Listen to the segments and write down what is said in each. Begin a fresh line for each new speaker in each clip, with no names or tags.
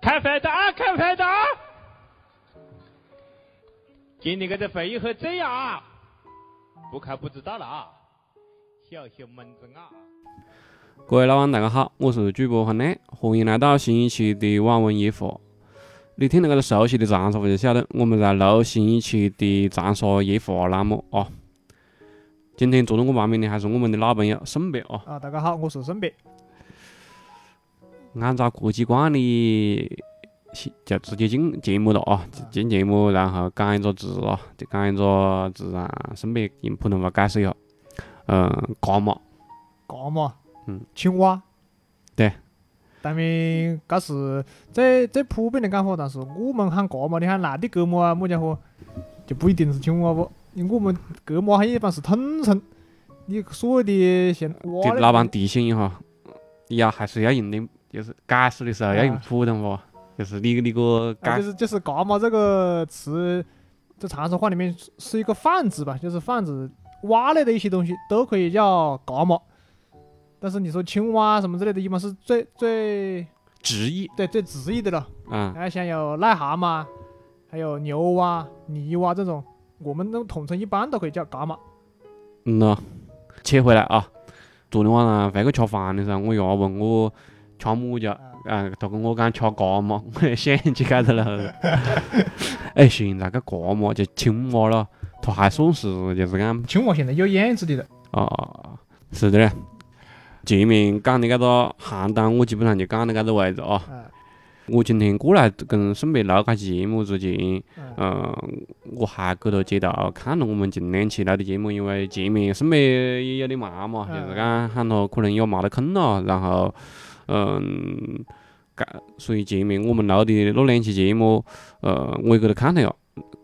看反打，看反打！啊今天这个饭以后这样啊，不看不知道了啊，小小蚊子啊！
各位老王，大家好，我是主播黄亮，欢迎来到新一期的网文夜话。你听到这个熟悉的长沙话，就晓得我们在录新一期的长沙夜话栏目啊。今天坐在我旁边的还是我们的老朋友沈北啊。
啊，大家好，我是沈北。
按照国际惯例，是就直接进节目了啊，就进节目，然后讲一个字啊，就讲一个字让沈北用普通话解释一下。嗯，伽马，
蛤蟆，
嗯，
青蛙，
对。
当然，搿是最最普遍的讲法，但是我们喊蛤蟆，你喊内地蛤蟆啊，么家伙就不一定是青蛙不，因为我们蛤蟆还一般是统称。你所谓的啊像蛙
给
嘞
老板提醒一下，要还是要用点，就是解释的时候要用
啊
普通话，就是你你个解
啊，就
释
是就是“蛤蟆”这个词，在长沙话里面是是一个泛指吧，就是泛指蛙类的一些东西都可以叫“蛤蟆”，但是你说青蛙什么之类的，一般是最最
直译
对最直译的了。
啊，
还像有癞蛤蟆，还有牛蛙、泥蛙这种，我们那种统称一般都可以叫“蛤蟆
嗯咯。切回来啊，昨天晚上回去吃饭的时候，我爷问我吃么家，”
啊。
啊，他跟我讲吃蛤蟆，我也想起来了了。 哎，现在个蛤蟆就青蛙了，它还算是就是讲
青蛙现在有养殖的了，
啊，是的嘞。前面讲的这个邯郸，我基本上就讲到这个位置啊。
啊，
我今天过来跟沈北录这节目之前，
嗯，
嗯、我还给他街道看了我们前两期录的节目，因为前面沈北也有点忙嘛，
嗯
就是讲喊他可能也没得空了，然后，嗯、干，所以前面我们录的那两期节目，呃，我也给他看了哟。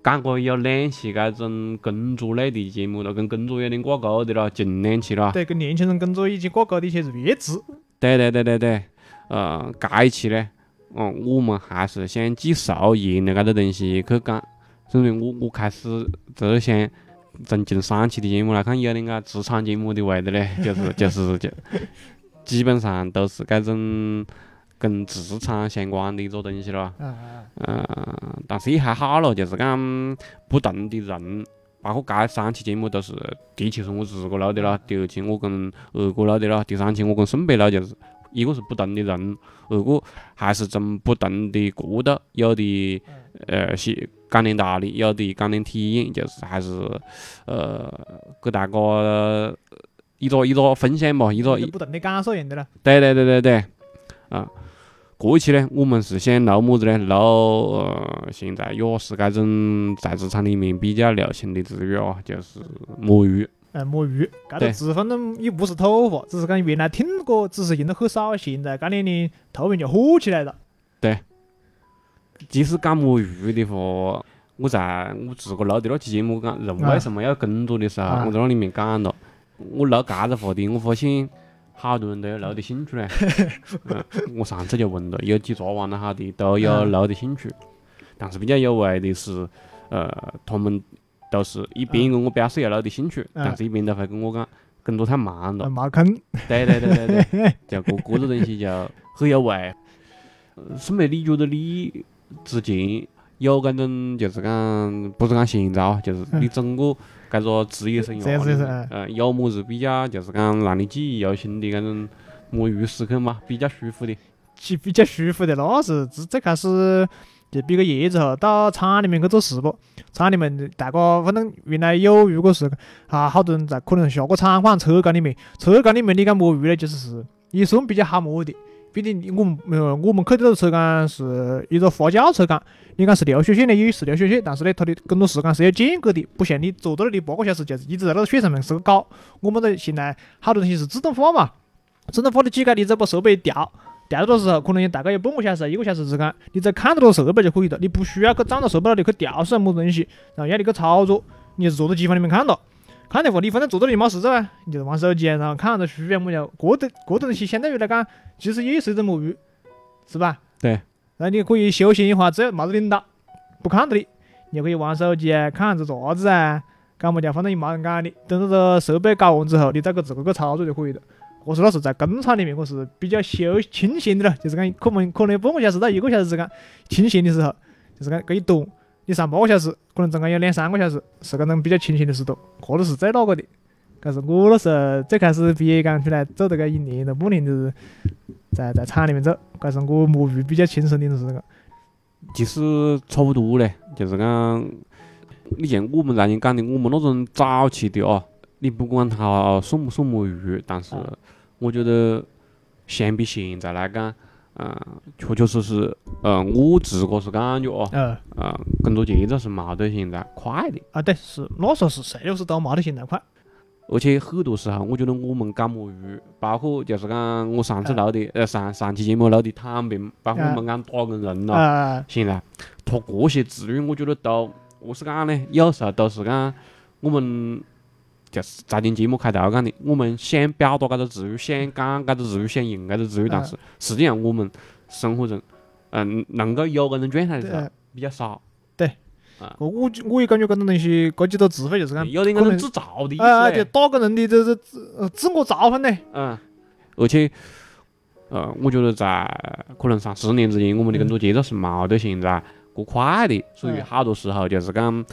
讲过有两期这种工作类的节目了，跟工作有点挂钩的了，近两期了。
对，跟年轻人工作一起挂钩的一些热词，
对对对对对，呃，这一期呢，嗯，我们还是想借熟盐的搿个东西去讲，所以我我开始呃就是想从近三期的节目来看，有点个职场节目的味道嘞， 就是就是就基本上都是搿种跟职场相关的一个东西咯。
啊啊，
嗯，但是也还好咯，就是讲不同的人，包括这三期节目都是第一期是我自个录的啦，第二期我跟二哥录的啦，第三期我跟顺北录，就是一个是不同的人，二个还是从不同的角度，有的呃是讲点道理，有的讲点体验，就是还是呃给大家呃一个一个分享吧，一个
就不同的感受样的了，
对对对对对，啊，过一期呢，我们是想录么子呢？录呃，现在也是这种在职场里面比较流行的词语啊，就是摸鱼。
呃，摸鱼，搿
对
个词反正也不是土话，只是讲原来听过，只是用得很少，现在搿两年突然就火起来了，
即使讲摸鱼的话，我在我自个录的那期节目讲人为什么要工作的时候，
啊
我在那里面讲了，我录搿个话题，我发现好多人都有录的兴趣嘞。嗯我上次就问了，有几个玩得好的都有
嗯
录的兴趣，但是比较有味的是，呃，他们都是一边跟我表示有录的兴趣，
嗯
但是一边都会跟我讲工作太忙了
呃，茅坑，
对对对对 对，就各各种东西就很有味。呃沈妹，你觉得你之前有搿种就是讲，不是讲现在啊，就是你整个搿个职业生
嗯职业
涯
生
里
涯
面
嗯，
呃，有么子比较就是讲让你记忆犹新的搿种摸鱼时刻吗？比较舒服的
起比较舒服的，那是自最开始就毕个业之后到厂里面去做事不？厂里面大家反正原来有如果是啊，好多人在可能下个厂矿车间里面，车间里面你讲摸鱼呢，就是是也算比较好摸的。毕竟我们呃我们去的那个车间是一个发酵车间，你讲是流水线的也是流水线，但是呢，它的工作时间是有间隔的，不像你坐到那里八个小时就是一直在那个线上面是个搞。我们的现在好多东西是自动化嘛，自动化的机构你只把设备一调，调到的时候，可能有大概有半个小时、一个小时之间，你只看到个设备就可以了，你不需要去站到设备那里去调试么东西，然后要你去操作，你就是坐到机房里面看到。看的话，你反正坐到那里没事做啊，你就是玩手机啊，然后看着书啊么样，各种各种东西相对于来讲，其实也是一种摸鱼，是吧？
对
然后你可以休闲一下，只要没得领导不看着你，你就可以玩手机啊，看着杂志啊，干么家，反正也没人管你。等到这个设备搞完之后，你再去自个去操作就可以了。我说那是在工厂里面，我是比较休清闲的了，就是讲可能可能半个小时到一个小时之间清闲的时候，就是讲这一短，你上八个小时，可能中间有两三个小时是搿种比较清闲的时段，搿个是最那个的。但是我那时候最开始毕业刚出来做这个一年多半年，就是在在厂里面做，搿是我摸鱼比较轻松的就是这个。
其实差不多嘞，就是讲，你像我们刚才讲的，我们那种早期的啊，你不管它算不算摸鱼，但是我觉得相比现在来讲，嗯、确确实实，嗯、我自个是感觉啊，
呃，
嗯、工作节奏是没得现在快的，
啊对，是那时候是谁都是都没得现在快。
而且很多时候，我觉得我们讲摸鱼，包括就是讲我上次录的，呃，上上期节目录的躺平，包括我们讲打工人咯、
啊
现在他这些词语，我觉得都我是讲呢，有时候都是讲我们就是昨天节目开头讲的，我们想表达搿个词语，想讲搿个词语，想用搿个词语，
嗯
但是实际上我们生活中，嗯，能够有搿种状态的时候
对，
比较少，
我我就我也感觉搿种东西，搿几个词汇就是讲，
有点搿种自嘲的意思
啊啊，
哎
就，打工人的这这自呃自我嘲讽呢，
嗯，而且。呃，我觉得在可能上十年之前，我们的工作节奏是没得现在过快的，所以
嗯
好多时候就是讲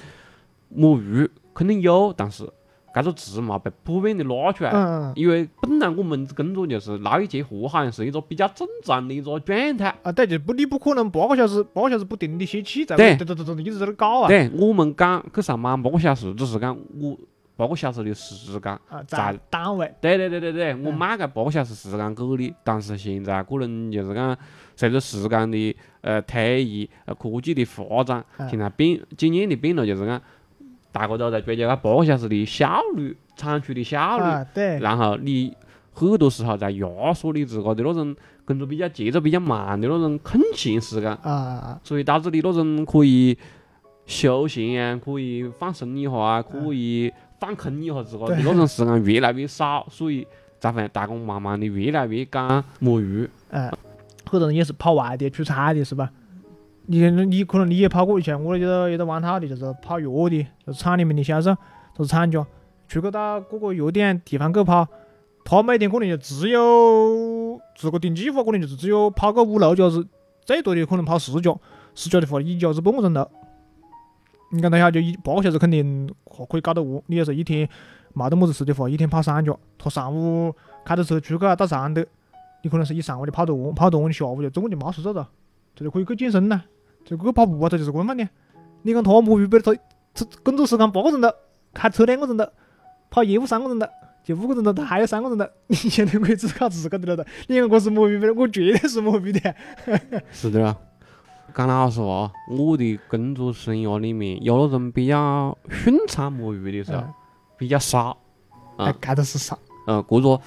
摸鱼肯定有，但是搿个词嘛被普遍的拿出来，
嗯嗯
因为本来我们工作就是劳逸结合，好像是一个比较正常的一个状态。
啊，对，就不你不可能八个小时八个小时不停的歇气，在
对
对对对对，一直在那搞啊，
对我们讲去上班八个小时，只是讲我八个小时的时间。
啊，
在
在单位，
对对对对
嗯
对，我买个八个小时时间够的，但是现在可能就是讲随着时间的呃推移，呃科技的发展，
嗯
现在变渐渐的变了，就是讲大家都在追求个八个小时的效率，产出的效率。
啊，对，
然后你很多时候在压缩你自个的那种工作比较节奏比较慢的那种空闲时间，
啊啊
所以导致你那种可以休闲啊，可以放松一下啊，可以放空一下自个的
对
那种时间越来越少，所以才会大家慢慢的越来越讲摸鱼。
啊，很多人也是跑外地出差的是吧？你你可能你也跑过，像我有个有个玩套的，就是跑药的，就是厂里面的销售，都是厂家，出去到各个药店地方去跑，他每天可能就只有自个定计划，可能就是只有跑个五六家是，最多的可能跑十家，十家的话一家是半个钟头。你讲他下就一八个小时肯定可可以搞得完。你要是一天没得么子事的话，一天跑三家，他上午开着车出去啊到上头，你可能是一上午就跑得完，跑得完你下午就中午就没事做了，这就可以去健身啦，这个跑步啊，这就是惯犯的。你讲他摸鱼不？他他工作时间八个钟头，开车两个钟头，跑业务三个钟头，就五个钟头，他还有三个钟头， 你现在可以自靠自个的了的。你讲我是摸鱼不？我绝对是摸鱼的。
是的啊。讲老实话，我的工作生涯里面有那种比较顺畅摸鱼的时候
嗯，
比较少。啊
哎，干的是啥？
呃，箇个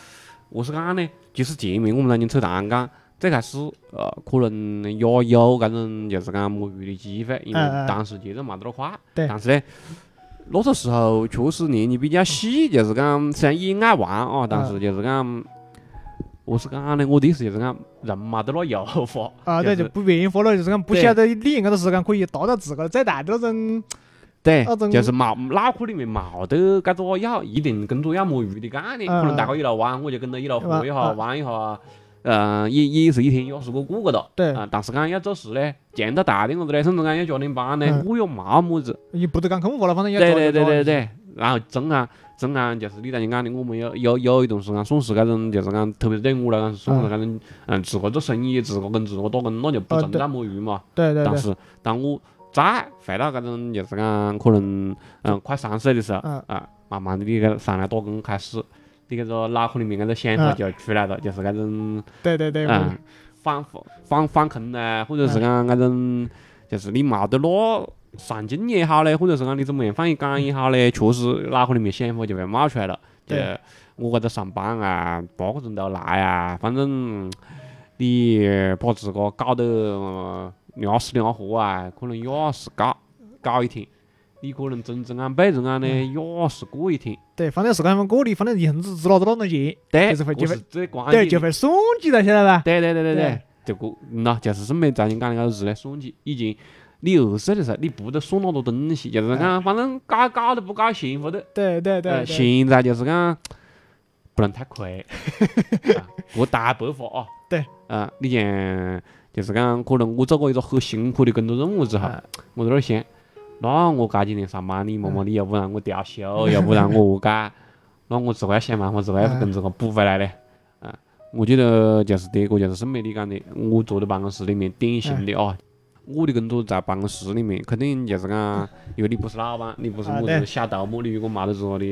我是讲呢，其实前面我们曾经扯谈讲，最开始呃，可能也有搿种就是讲摸鱼的机会，因为
嗯嗯
当时节奏没得那快。
对
但是呢，那个时候确实年纪比较细，就是讲虽然也爱玩
嗯
啊，但是就是讲。我是讲呢，我的意思就是讲，人没得那油花
啊，对，
就
就是不愿意发了，就是讲不
对
晓得利用搿个时间可以达到自个最大的那种。
对
那，种
就是冇脑壳里面冇得搿个要一定工作要摸鱼的概念，
嗯
可能大家一路玩，我就跟着一路活一下，
嗯嗯
玩一下，嗯，也也是一天也是个过个哒。
对，
啊，但是讲要做事嘞，强到大点样子嘞，甚至讲要加点班嘞
嗯，
我又冇么子。
也不得讲空活了，反正要
对
抓
对
就
对
抓
对对。然后中间中间啊就是你刚才讲的，我们有有有一段时间算是搿种，就是讲特别是对我来讲，算是搿种，嗯，自个做生意，自个跟自个打工，那就不
啊
存
对
在摸鱼嘛。
对对
但
对，
是当我再回到搿种就是讲可能嗯快三十岁的时候，
嗯
啊，慢慢的你搿上来打工开始，你搿个脑壳里面搿个想法
嗯
就出来了，就是搿种
对对对，
嗯放放放空呢，或者是讲搿种就是你冇得那上进也好嘞，或者是讲你怎么样放一杆也好嘞，确实脑壳里面想法就会冒出来了。就
对
我搿个上班啊，八个钟头来啊，反正你把自个搞得呃牙死牙活啊，可能也是搞搞一天。你可能啊真正按辈子按呢，
嗯
也是过一天。
对，反正是讲们过的，反正人是只拿到那点钱，
对，
就是会
这
就是会
最关键
对，
的
就会算计了，晓得吧？
对对对对对
对，
就过，嗯呐，就是顺便咱先讲的那个事嘞，算计以前你二十岁的时候，你不得算那多东西，就是讲，反正搞搞都不搞幸福的。
对对对
呃
对，
现在就是讲，不然太亏。 啊不打白发啊。
对。
啊，你像就是讲，可能我做过一个很辛苦的工作任务之后，
啊
我在那儿想，那我这几年上班的嘛嘛，你要不然我调 休，要不然我何干？那我自个要想办法，自个要跟自个补回来嘞。啊，我觉得就是这个，就是顺便你讲的，我坐在办公室里面典型的啊。我的工作在办公室里面，肯定就是讲，因为你不是老板，你不是
啊
么
对
子小头目，你如果没得说的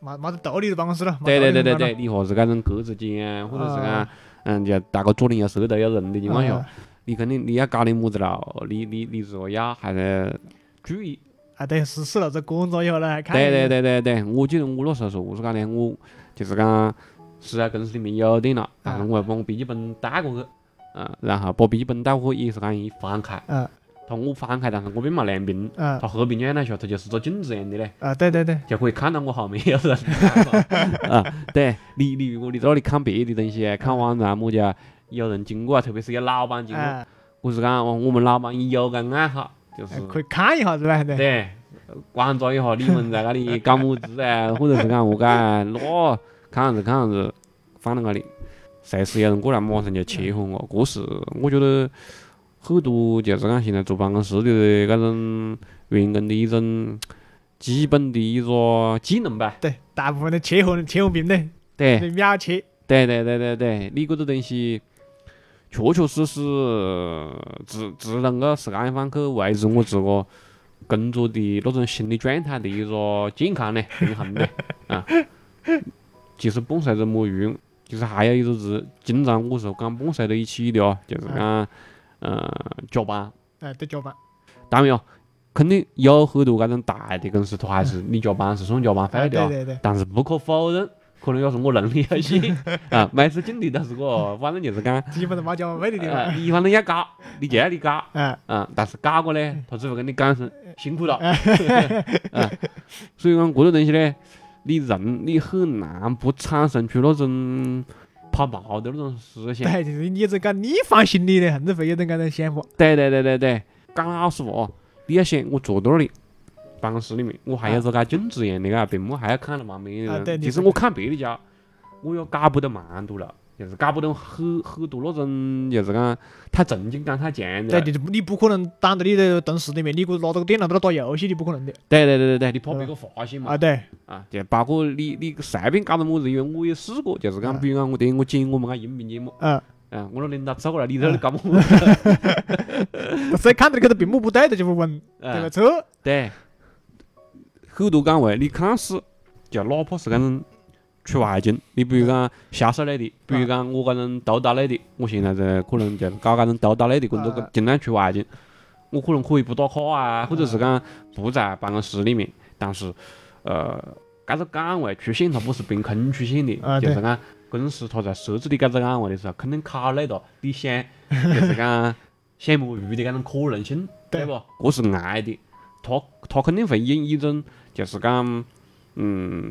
没没得道理的办公室了。
对
没道
对
理
对
的
对
办公室
对，你或是搿种格子间啊，或者是讲
啊，
嗯，就大家做人要舌头要人的情况
了
下
啊，
你肯定你要搞点么子咯，你你你自个要还是注意。
啊，对，实施了这工作以后呢，还看
对对对对对，我记得我那时候是何是讲呢？我就是讲是在公司里面有电脑，但是
啊
我要把我笔记本带过去，嗯，然后把笔记本带过去也是讲一翻开，
啊
它我翻开，但是我并没亮屏，
啊
它和平转那下，它就是个镜子样的嘞。
啊，对对对，
就可以看到我后面有人啊，对你你如果你在那里看别的东西，啊看网站么家有人经过，特别是有老板经过，
哎，
我是讲我们老板也有个爱好，就是
可以看一下子呗，对，
对观察一下你们在那里搞么子啊，或者是讲何个啊，那看样子看样子放在那里，随时有人过来马上就切换我，这是我觉得很多就是讲现在做办公室的那种员工的一种基本的一个技能吧。
对，大部分的切换切换屏的，
对，
你秒切，
对对对对对，你这个东西确确实实只只能够是安放去维持我自个工作的那种心理状态的一个健康的平衡的啊。其实伴随着摸鱼，其实还有一个是经常我是讲伴随在一起的哦，就是
啊
讲呃加班。
哎，对，加班，
当然哦，肯定有很多这种大的公司，它还是你加班是算加班费
哎，
的
嗯对
哦。
对对，
但是不可否认，可能也是我能力有限啊，每次进的都是我，反正就是讲，
基本上没加班费的地
呃
方，
你反正要搞，你就要你搞，
哎，
啊，但是搞过呢，他只会跟你讲声辛苦了， 啊，所以讲这个东西呢，你人你很难不产生出那种抛锚的那种思想，
对，就是你这讲你放心里的，横子会有种这种想法，
对对对对对，讲老实话，你要想我坐到那里。办公室里面，我还要这个镜子一样的个屏幕，还要看到旁边的
啊对
人。
你
其实
是
我看别的家，我也搞不得蛮多了，就是搞不得很很多那种，就是讲太沉浸感太强的
对，
了。
就是你不可能挡着你的同事里面，你给我拿着个电脑在那打游戏，你不可能的，
对对对对对，你怕别个发现嘛
啊，？对，
啊，就包括你你随便搞点么子，因为我也试过，就是讲，
嗯
比如讲我点我剪我们个音频节目，
嗯，
嗯，我那领导走过来，你在那里搞么 子？
所以看到你这个屏幕不对的就会问，对
嗯
吧？错，
对，很多岗位你看似就哪怕是搿种出外景，你比如讲销售类的，比如讲我搿种督导类的，我现在在可能就是搞搿种督导类的工作
啊，
尽量出外景。我可能可以不打卡啊，或者是讲不在办公室里面，但是呃，搿个岗位出现它不是凭空出现的，
啊
就
对
是讲公司它在设置的搿个岗位的时候，肯定考虑到你想就是讲想摸鱼的搿种可能性，对
对
不？这是挨的，他他肯定会以一种就是讲，嗯，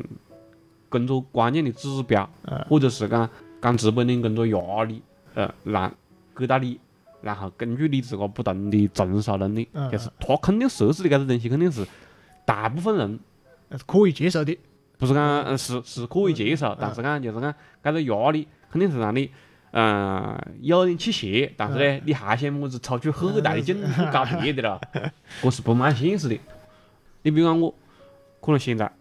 工作关键的指标，
嗯
或者是讲讲直白点，工作压力，呃，来给到你，然后根据你自个不同的承受能力，
嗯
就是他肯定设置的搿个东西，肯定是大部分人
是呃可以接受的，
不是讲呃是是可以接
嗯
受，但是讲就是讲搿个压力肯定是让你。嗯，有点气血，但是呢，
嗯
你还想么子抽出很大的 劲去搞别的了，这是不蛮现实的。你比如讲我，可能现在，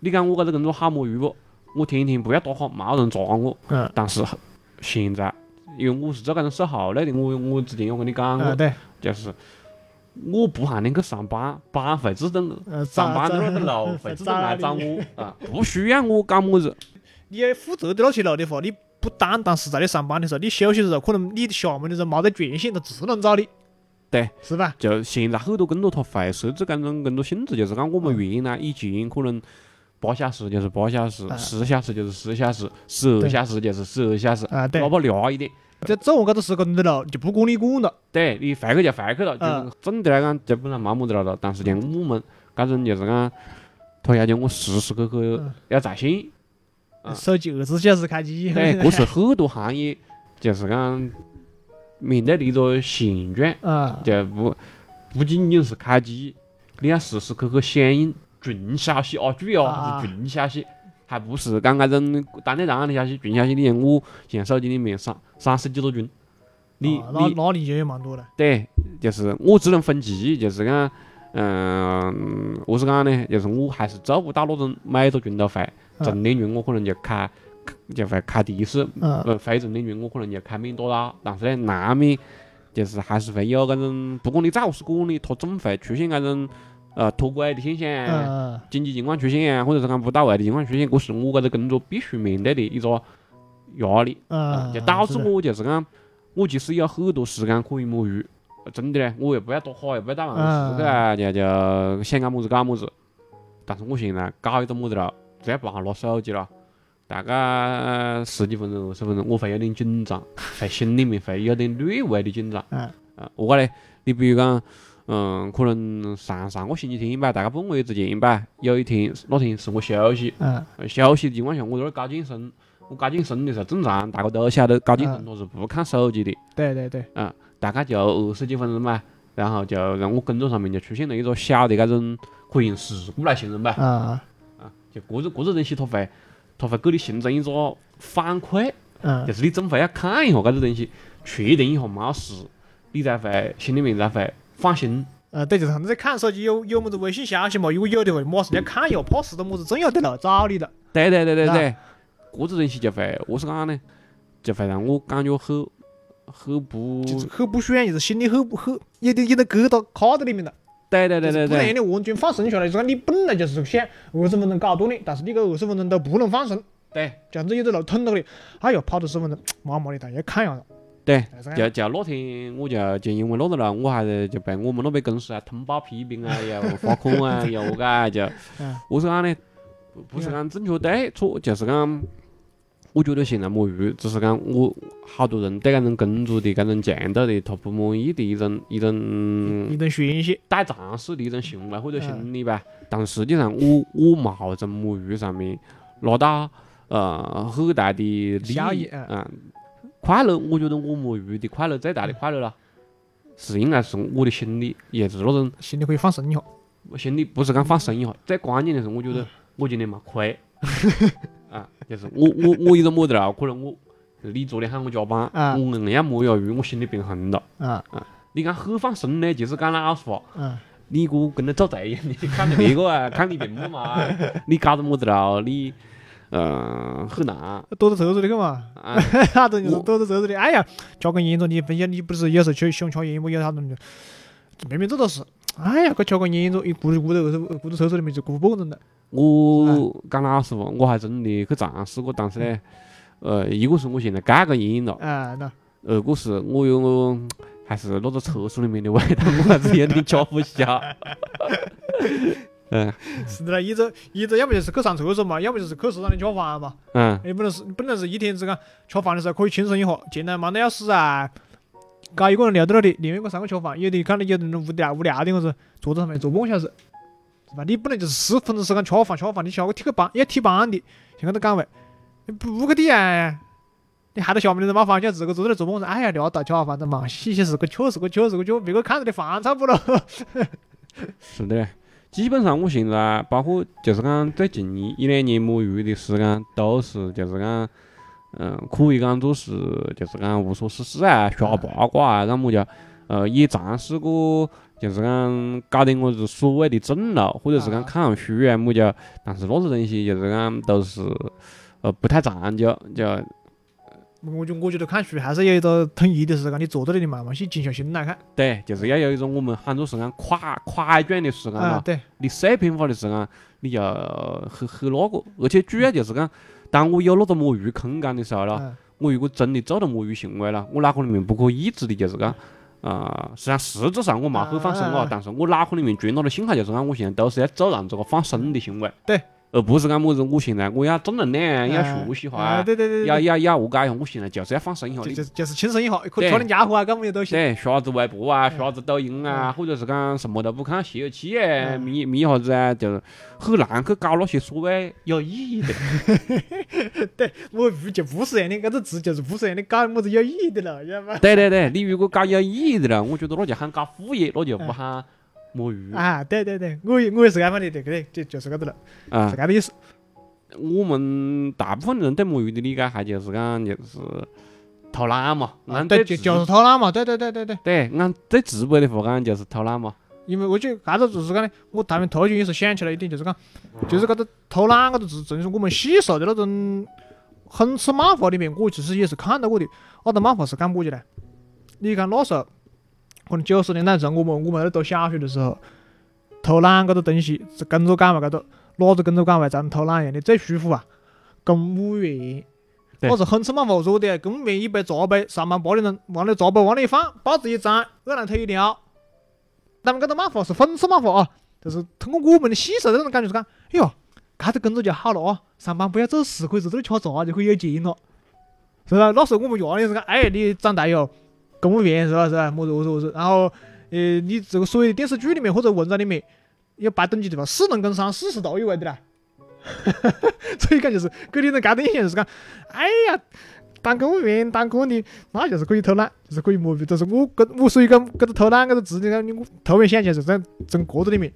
你讲我搿个工作好摸鱼不？我天天不要打卡，没人抓我。
嗯
但是现在，因为我是做搿种售后类的，我我之前有跟你讲过
啊，，对，
就是我不喊你去上班，班会自动
呃，
上班的
找
那个
找
路会自动来找
你
我啊， 不需要我干么子。
你要负责的那些路的话，你不单单是在你上班的时候，你休息的时候，可能你下班的时候没得权限，他只能找你。
对，
是吧？
就现在很多工作它会设置搿种工作性质，就是讲我
嗯
们原来以前可能八小时就是八小时，
嗯
十小时就是十小时，十二
对
小时就是十二小时，
啊，对
哪，怕聊一点。
这做完搿个施工的了，就不管你管了。
对你回去就回去了，
嗯
就是总的来讲，基本上没么子了了。但是像我们搿种就是讲，他要求我时时刻刻
嗯
要在线， 啊
手机二十四小时开机。
对，搿是很多行业就是讲面对的一个现状，
啊，
就不不仅仅是开机，你要时时刻刻响应群消息啊，注意哦，
啊
是群消息，还不是讲那种单内燃的消息传消息。你像我现在手机里面三三十几多群，你、
啊那
你
那你就有蛮多了。
对，就是我只能分级，就是讲，嗯、我是讲呢，就是我还是做不到那种每个群都回，
嗯
重点群我可能就开就会开的士，
嗯，
呃，回重点群我可能就开面多啦，但是呢，难免就是还是会有那种，不管你咋个是管你，它总会出现那种呃脱轨的现象。
嗯
经济情况出现啊，或者是讲不到位的情况出现，这是我搿个工作必须面对的一个压力，
嗯，
就导致
是的
我就是讲，我其实有很多时间可以摸鱼，呃真的呢，我又不要多好，也不要打忙事，
嗯
嘎、就就想干么子干么子。但是我现在搞一个么子了，只要不好拿手机了，大概呃十几分钟、二十分钟，我会有点紧张，会心里面会有点略微的紧张。
嗯
啊，我讲嘞，你比如讲，嗯，可能上上个星期天吧，大概半个月之前吧，有一天那天是我休息，
嗯
呃休息的情况下我在那儿搞健身，我搞健身的时候正常，大家都晓得搞健身
嗯
他是不看手机的，
对对对，
大概就二十几分钟吧，然后就让我工作上面就出现了一个小的那种可以用事故来形容吧，
嗯
啊，就各种各种东西它会它会给你形成一个反馈，
嗯
就是你总会要看一下搿个东西，确定一下没事，你才会心里面才会放心。
呃，对，就是你在看手机有有么子微信消息嘛，如果有的话，马上要看一下，怕是的么子重要的了找你的。
对对对对
啊
对，搿种东西就会，我是讲呢，就会让我感觉很很不，
就是很不爽，就是心里很很有点有点疙瘩卡在里面了，
对对对对
就是不能
对
让你完全放松下来。就是讲你本来就是想二十分钟搞锻炼，但是你这二十分钟都不能放松，
对
这样子有的路通到你，哎哟，跑了十分钟，麻麻的，但要看一下了。哎
对，
但是
就就那天我就就因为那个了，我还是就被我们那边公司啊通报批评啊，又罚款啊，又我个就
嗯，
我是讲呢，不不是讲正确对错，就是讲，我觉得现在摸鱼，只是讲我好多人对搿种工作的搿种强度的，他不满意的一种一种
你能宣泄，
带尝试的一种行为或者心理吧。但实际上我，我冇从摸鱼上面拿到呃很大的利
效益
益，
嗯
嗯，快乐。我觉得我摸鱼的快乐最大的快乐啦，是应该是我的心理，也是那种
心里可以放松一下。
心里不是讲放松一下。最关键的是，我觉得我今天没亏，啊，就是我我我一直摸得了，可能我你昨天喊我加班，
啊
我硬要摸一下鱼，我心里平衡了。
啊
你讲很放松呢，就是讲老实话。
嗯
你哥跟他做贼一样，你看着别个啊，看你屏幕嘛，你搞得么子了？你，呃，啊很难啊。
躲在车子里干嘛？ 那种就是躲在车子里，哎呀，加根烟子，你分享你不是有时候去想抽烟么？有啥东西，明明这都是，哎呀，快加根烟子，一咕噜咕噜，咕噜车子里面就咕噜半钟了。
我讲老实话，我还真的去尝试过，但是呢，呃，一个是我现在戒根烟了，
啊，那
二个是我有嗯还是那个厕所里面的味道，我还是有点吃不消。嗯
是的啦，一周一周，要不就是去上厕所嘛，要不就是去食堂里吃饭嘛。
嗯，
你不能是不能是一天只讲吃饭的时候可以轻松一下，前台忙得要死啊！搞一个人留在那里，另外一个三个吃饭，有的看到有的人无聊无聊的我说坐在上面坐半个小时，是吧？你不能就是十分钟时间吃饭吃饭，你下个踢个班要踢班的，像搿个岗位，你不不个地啊！你喊到下面的人买饭，叫自个坐在那坐半个小时，哎呀，聊到吃饭的嘛，洗洗是个脚是个脚是个脚，别个看着你烦躁不咯？
是的。基本上我现在包括就是讲最近一一两年摸鱼的时间，都是就是讲，嗯，可以讲做是就是讲无所事事啊，瞎
嗯
八卦啊，干么叫？呃，也尝试过就是讲搞点我子所谓的正路，或者是讲
啊
看下书啊么叫？但是那个东西就是讲都是呃不太长久，就
我觉我觉得看书还是有一个统一的时间，你坐在那里慢慢去静下心来看。
对，就是要有一种我们喊作是讲快快转的时间
啊
嘛，。
对，
你碎片化的时间，你就很很那个，而且主要就是讲，当我有那个摸鱼空间的时候了，
嗯
我如果真的做了摸鱼行为了，我脑壳里面不可抑制的就是讲，啊，实际上实质上我没很放松
啊啊
啊
啊，
但是我脑壳里面传达的信号就是讲，我现在都是要做让这个放松的行为，
对，
而不是讲么子我现在我要正能量，要
啊
哎学习下
啊，
啊，
对对对对，
要要要何解一下，我现在就是要放松一下，
就
你
就就是轻松一下，可以
对
吃点家伙啊，干么的都行。
对，哎刷子微博啊，
嗯
刷子抖音啊，
嗯
或者是讲什么都不看，歇下气哎，
嗯
眯眯一下子啊，就是很难去搞那些所谓有意义的。
我鱼就不是让你搿个字，就是不是让你搞么子有意义的了，晓得吧？
对对对，你如果搞有意义的了，我觉得那就喊搞副业，那就不
嗯啊
喊摸鱼
啊，对对对，我也我也是安排你的，对，就就是搿个了，
啊
是。搿个意思。
我们大部分人对魔芋的理解还就是讲就是偷懒嘛，
啊
按
对，
最
就
直
就是偷懒嘛，对对对对对，
对，按最直白的话讲就是偷懒嘛。
因为我觉得搿个就是讲呢，我突然头前也是想起来一点，就是讲，就是搿个偷懒搿个词，正是我们细时候的那种讽刺漫画里面，我其实也是看到过的。阿个漫画是讲么子呢？你看那时候，可能九十年代前，我们我们在读小学的时候，偷懒搿个东西是工作岗位高头，哪个工作岗位才能偷懒一样的最舒服啊？公务员。
对
那是讽刺漫画说的，公务员一杯茶杯，上班八点钟往那茶杯往那一放，报纸一张，饿狼腿一撩。他们搿个漫画是讽刺漫画啊，就是通过我们的细时候的那种感觉是讲，哎哟，搿个工作就好了啊，上班不要做事，可以在这里吃茶就可以有钱了，是吧？那时候我们原来是讲，哎，你长大哟，公务员是吧？是吧？么子么子么子，然后呃，你这个所有的电视剧里面或者文章里面有白登记的吧，四能跟上四十度以外的啦。 所以讲就是给你人搿种印象就是讲，哎呀，当公务员当官的那就是可以偷懒，就是可以摸鱼。但是我跟我所以讲搿个偷懒搿个词，你看你我突然想起来，就是在从国子里面，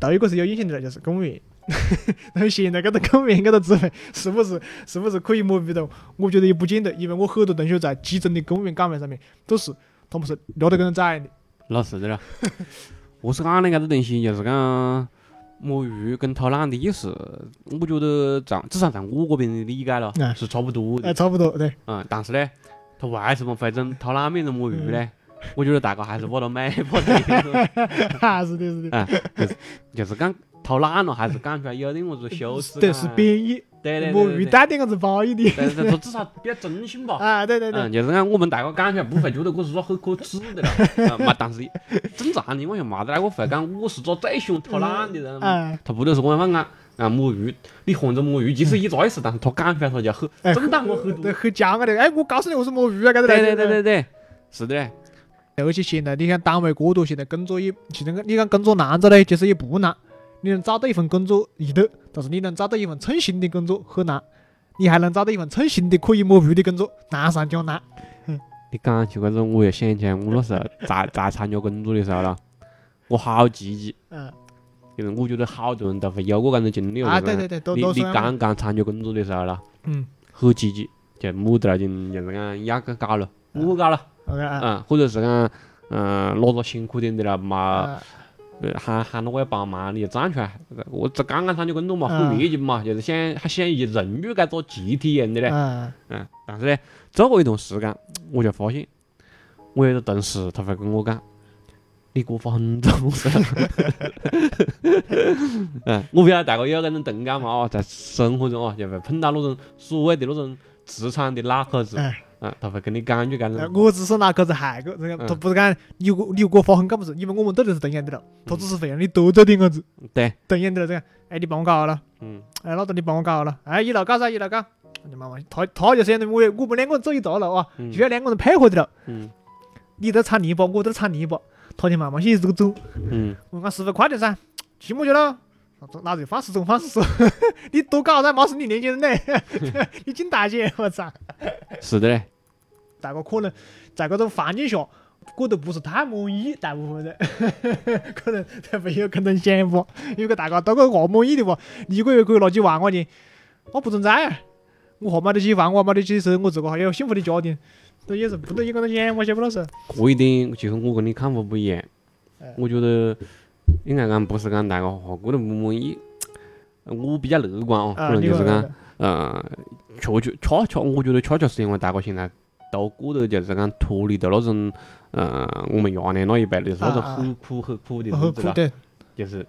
头一个是有印象的了，就是公务员。然后现在搿个公务员搿个职位是不是是不是可以摸鱼的？我觉得也不见得，因为我很多同学在基层的公务员岗位上面都是他们是聊得跟人宰的。
老实的啦， 我是讲的搿个东西，就是讲摸鱼跟偷懒的意思，我觉得在至少在我这边的理解咯，
哎
是差不多的
哎，。差不多对。
嗯，但是呢，他为什么会整偷拉面的摸鱼呢？我觉得大家还是把它买把 它，
啊，是的，是的，
就是讲偷懒了，还是讲出来有点么子羞耻
对，
感。
是贬义，
对对对
摸鱼
对
带点样子褒义的
对对对，他至少比较真心吧。
啊，对对对，
嗯，就是讲我们大家讲出来不会觉得我是说很可耻的了， 啊嘛，但是正常的我也没得那个会讲我是做最喜欢偷懒的人，
哎
他不得是我样讲啊摸鱼，你看着摸鱼其实一个意思，但是他讲出来他就很
哎，
正当我很
对，
多。
很骄傲的。哎，我告诉你，我是摸鱼啊，搿个
对对对对对，是的，
而且现在你看单位过多，现在工作也，其实你看工作难找嘞，其实也不难。你能找到一份工作易得，但是你能找到一份称心的工作很难。你还能找到一份称心的可以摸鱼的工作，难上加难。
你讲起搿种，我又想起来，我那时候在在参加工作的时候啦，我好积极，
嗯，
因为我觉得好多人都会有过搿种经历。
啊，
就是
对对对，都
你
都是
你
这样
刚刚参加工作的时候啦，
嗯
很积极，就没得那种就是讲压个搞了，
嗯
我搞了，
，OK 啊
啊，或者是讲，嗯，哪个辛苦点的啦，嘛，
啊
呃喊喊哪个帮忙，你就站出来。我这刚刚参加工作嘛，
嗯
很密集嘛，就是想还想以人肉该做集体一样的嘞。
啊，
嗯，但是呢，做过一段时间，我就发现，我有个同事他会跟我讲，你过分很重视。 嗯，我不晓得大家有搿种同感嘛？哦，在生活中哦，就会碰到那种所谓的那种职场的老壳子，
哎
嗯，他会跟你讲一句搿
呃
种，
我只是拿个子害个，这个
嗯
他不是讲你有个你有给我发狠干么子，因为我们对的是同样的了，他只是会让你多做点样子，
对，
同样的了这个，哎，你帮我搞好了。
嗯，
哎，老邓，你帮我搞好了。哎，一楼搞噻，一楼搞。我的妈妈，他他就相当于我我们两个人做一道了啊，
嗯
需要两个人配合的了。
嗯
你在铲泥巴，我在铲泥巴，他就慢慢写这个走。
嗯，
我讲师傅快点噻，期末去了。老子放肆中 放肆说，你多搞噻，没是你年轻人嘞， 你进大姐，我操！
是的嘞，
大家可能在这种环境下过得不是太满意，大部分人 可能才会有搿种想法。如果大家都个不满意的话，你一个月可以拿几万块钱，我不存在啊！我还买得起房，我还买得起车，我自个还有幸福的家庭，这也是不能有搿种想法，晓不老是？
这一点其实我跟你看法不一样
哎，
我觉得应该讲不是讲大家话过得不满意，我比较乐观哦，
啊，
可能
你
就是
讲
讲。呃，确确恰恰，我觉得恰恰是因为大家现在都过得就是讲脱离到那种，呃，我们原来那一辈就是那种
啊啊
很苦很苦的日
很
子
苦
了，
对，
就是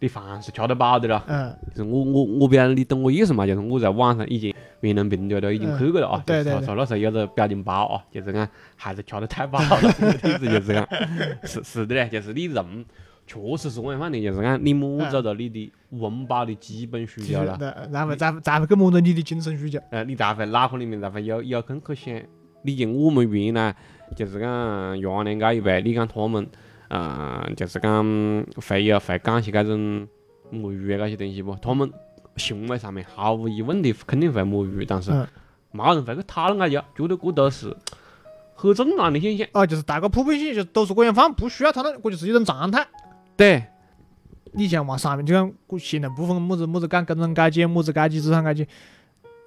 你饭是吃得饱的了。
嗯，
就是我我我不晓得你懂我意思嘛？就是我在网上已经云南平台都已经去过了啊
嗯，对对
就是
对
说那时候有个表情包啊，就是讲还是吃得太饱了，意思就是讲，是是的嘞，就是你人确实是样样的，就是讲你满足了你的温饱的基本需
其实
求了。
的呃然后再再会去满足你的精神需求，
呃，你才会脑壳里面才会有有空去想。你像我们原来就是讲原来那一辈，你讲他们，呃，就是讲会有会讲些搿种摸鱼啊搿些东西不？他们行为上面毫无疑问的肯定会摸鱼，但是
嗯
没人会去讨论搿些，觉得搿都是很正常的现象。
哦，就是大家普遍性就都是这样放，不需要他那，这就是一种常态。
对，
你像往上面，就像古现在不分么子么子干工人阶级、么子阶级、资产阶级，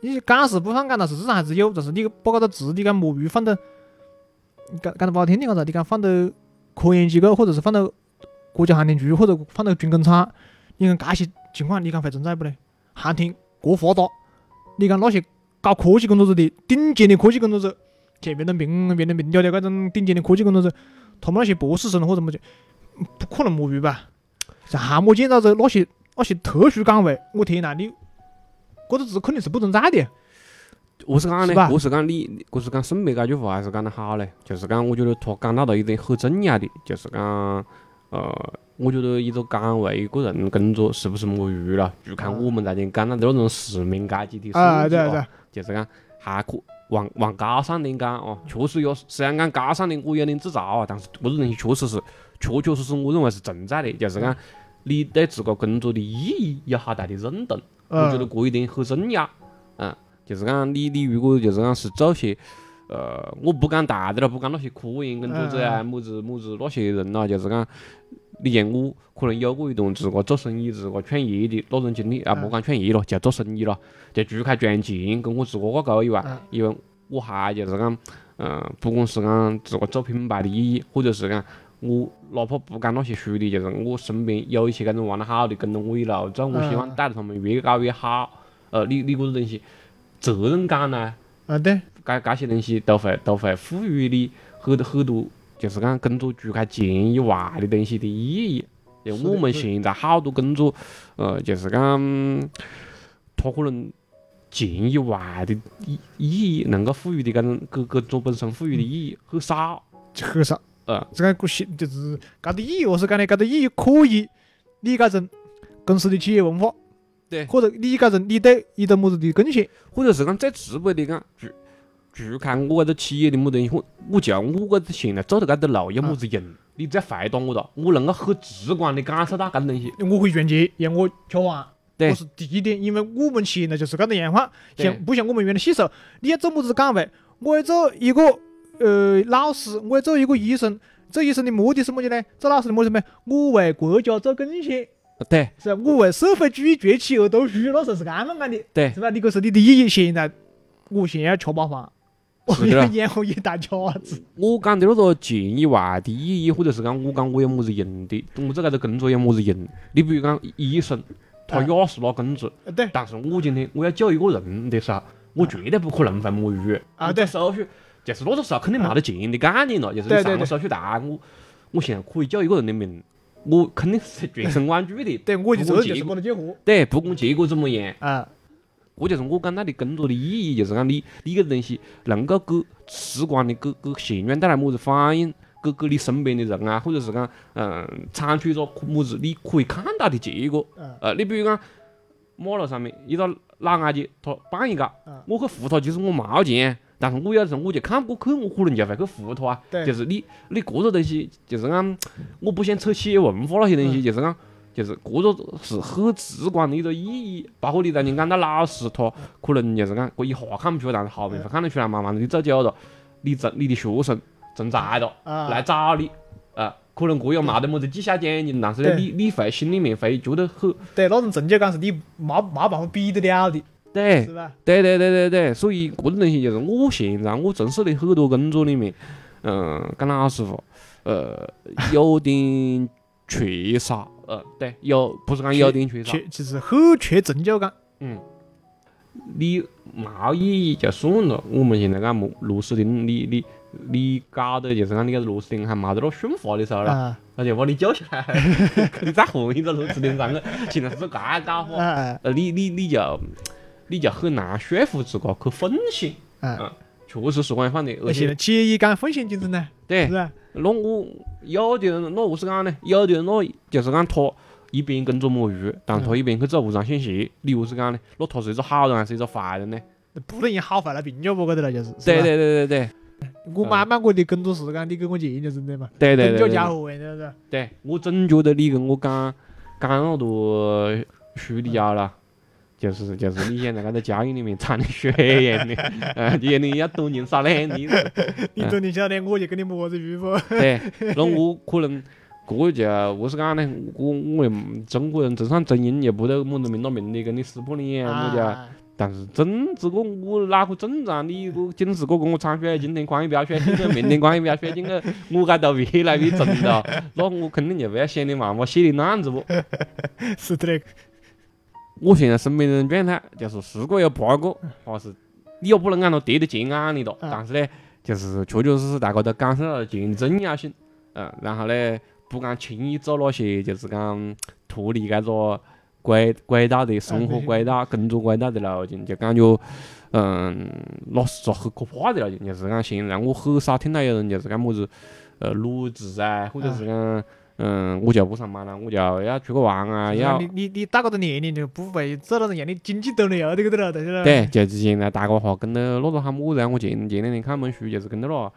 你干是不反干，但是资产还是有，但是你把搿个字你敢摸鱼放到，你讲讲得不好听点，啥子？你敢放到科研机构，或者是放到国家航天局，或者放到军工厂，你看搿些情况，你讲会存在不嘞？航天国发达，你看那些搞科技工作者的顶尖的科技工作者，像袁隆平、袁隆平调的搿种顶尖的科技工作者，他们那些博士生或者么子，不可能摸鱼吧？像航母建造者那些那些特殊岗位，我天呐，你搿个字肯定是不存在的。
我是讲
是
呢
吧，
我是讲你，我是讲沈北这句话还是讲得好嘞，就是讲我觉得他讲到了一点很重要啊的，就是讲，呃，我觉得一个岗位一个人工作是不是摸鱼了，就看我们之前讲到的那种使命阶级的
啊，
设计
对
哦
对，
就是讲还可往往高尚点讲哦，确实有，虽然讲高尚点我有点自嘲啊，但是这个东西确实是，确确实实我认为是存在的，就是讲你对自个工作的意义有好大的认同。啊我觉得
嗯，
这一点很重要。嗯，就是讲你你如果就是讲是做些，呃，我不讲大的了，不讲那些科研工作者
嗯
啊，么子么子那些人呐、就是讲，你像我可能有过一段自个做生意、自个创业的那种经历啊，
嗯
莫讲创业了，就做生意了，就除开赚钱跟我自个挂钩以外
嗯，
因为我还就是讲，嗯，不管是讲自个做品牌的意义，或者是讲。我哪怕不讲那些书的，就是我身边有一些搿种玩得好的，跟着我一路做，我希望
嗯
带着他们越搞越好。呃，你你搿个东西责任感呢，
啊对，
搿搿些东西都会都会赋予你很多很多，就是讲工作除开钱以外的东西的意义。就是
的
我们
是的
现在好多工作，呃，就是讲，他可能钱以外的意意义能够赋予的搿种搿搿种本身赋予的意义很少。
很少。
呃，
这个些就是搿个意义，我是讲的，搿个意义可以你搿种公司的企业文化，
对
或者你搿种你对伊个么子的贡献，
或者是讲最直白的讲，除除开我搿个企业的么东西，我我就我搿个现在走的搿条路有么子用？你再回答我哒，我能够很直观的感受到搿个东西。
我可以赚钱，让我吃饭。
对
这是第一点，因为我们现在就是搿种样化，
对
像不像我们原来细时候，你要做么子岗位，我要做一个呃老师，我要做一个医生，做医生的目的是么子呢？做老师的目的是什么？我为国家做贡献，
对
是吧？我为社会主义崛起而读书，那时候是这样讲的，
对
是吧？你搿是你的意义。现在我现在要吃饱饭，我
是的
要养活一大家子，
我讲的那个钱以外的意义，或者是讲我讲我有么子用的，我做搿个工作有么子用？你比如讲医生，他
啊
也是拿工资，
呃对，
但是我今天我要救一个人的时候，我绝对不可能会摸鱼
啊
我
对
手续就是那个时候肯定没得钱的概念了，就是
对
你
对
上
对
了手续台，我我现在可以救一个人的命，我肯定是全 神贯注的。
对，我的责任就是
不
帮他救活
对，不管结果怎么样，
啊，
这就是我讲到的工作的意义，就是讲你你个东西能够给直观的给给现状带来么子反应，给给你身边的人啊，或者是讲嗯产出一个么子你可以看到的结果。
嗯
呃，你比如讲马路上面一个老阿姐，她绊一跤
嗯，
我去扶她，其实我没钱，但是我有时候我就看不过去，我可能就会去扶她啊。
对
就是你你这个东西，就是讲我不想扯企业文化那些东
嗯
西，就是讲。就是这个是很直观的一个意义，包括你当前讲到老师，他
嗯
可能就是讲，我一下看不出来，但是后面会看得出来，慢慢的你走久了，你成你的学生成才了，
啊
来找你，啊，可能这又没得么子绩效奖金，但是呢，
对
你你会心里面会觉得很，
对，那种成就感是你没没办法比得了的，
对
是，吧？
对对对对对，所以这个东西就是我现在我从事的很多工作里面，嗯、讲老实话， 呃，有点缺少，呃，对，有不是讲有点缺少，
缺其实很缺成就感，
嗯，你没意义就算了，我们现在讲螺螺丝钉，你你你搞的就是讲你个螺丝钉还没得那顺滑的时候了，
啊
那就把你救起来， 你再换一个螺丝钉上去，现在是这样搞
啊
法，
啊
呃，你你你就你就很难说服自个去奉献。
啊！
确实是这样放的，而
那现
且
在企业也讲奉献精神呢，
对
是，吧？
那我有的人那何是讲呢？有的人那就是讲他一边工作摸鱼，但
嗯
他一边去做无偿献血，你何是讲呢？那他是一个好人还是一个坏人呢？
不能以好坏来评价我搿个了，就是。是吧
对，对对对对
我买满我的工作时间，你给我钱就是这嘛，
对对
成
对
就
对
加
对，
伙位，是不是？
对我总觉得你跟我讲讲那么多书的家啦。就是就是，你现在搿个教育里面掺的血一样的， 呃，你你要多年少两年，哎
你多年晓得，我就跟你摸着鱼不？
对，那我可能个就何是讲呢？我我们中国人正上真音也不得么子明到明的跟你撕破脸么家。
啊
但是政治个我哪个正常？你个警示个跟我掺水，今天关一瓢水，今天明天关一瓢水，今个我该到未来会真的，那我肯定就不要想你办法写的那样子不？
是的嘞，
我现在身边人状态就是十个有八个，还是你又不能按照跌的钱安利的，
嗯
啊但是呢，就是确确实实大家都感受到了钱的重要性，嗯，然后呢，不敢轻易做那些就是讲脱离该个轨轨道的生活
嗯
轨道、工作轨道的路径，就感觉。嗯，那是个很可怕的路径，就是讲现在我很少听到有人就是讲么子，呃，裸辞啊，或者是讲，嗯，我就不上班了，我就要出去玩啊，
就是
要
你你你到这个年龄就不会做那种让你经济动力又这个的了，但是呢，
对，就是现在大家伙跟到那个喊么子啊？我前前两天看本书，就是跟到那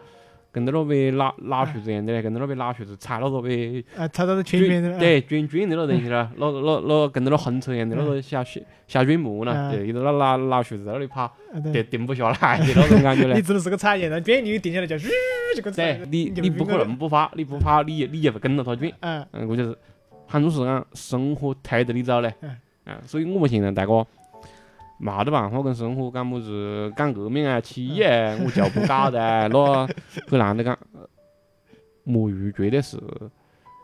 跟到那边老老鼠子样的，跟到那边老鼠子踩那个边
啊，操到这圈圈
卷
的，
对卷卷的那东西了，那那那跟到那红车一样的那个小小小卷毛
嗯
呢，就一直那老老鼠子在那里跑，
啊
就
对，
停不下来的那种感觉嘞
你。只能是个菜园，然后卷你停下来就嘘就跟
对你
你就
你
晕
不可
过了
能不跑，你不跑你也你也会跟着他卷。
啊，
嗯，我就是，喊做是讲生活推着你走嘞
嗯，
啊，所以我们现在大家没得办法跟生活讲么子干革命啊、起义啊，
嗯
我就不搞的啊，那很难的讲。呃摸鱼绝对是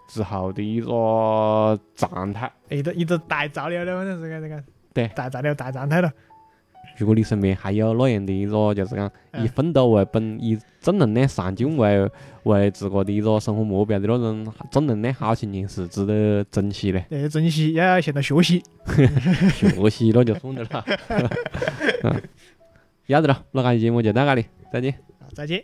之后的一个常态。
一个一个大潮流了，反正是个这个，
对
大潮流大状态了，
如果你身边还有那样的一个，就是讲以
嗯
奋斗为本、以正能量上进为为自个的一个生活目标的那种正能量好青年，是值得珍惜的。
要珍惜，要向他学习，
学习那就算得 了。嗯，要得了，那这期节目就到这里，再见。
啊再见。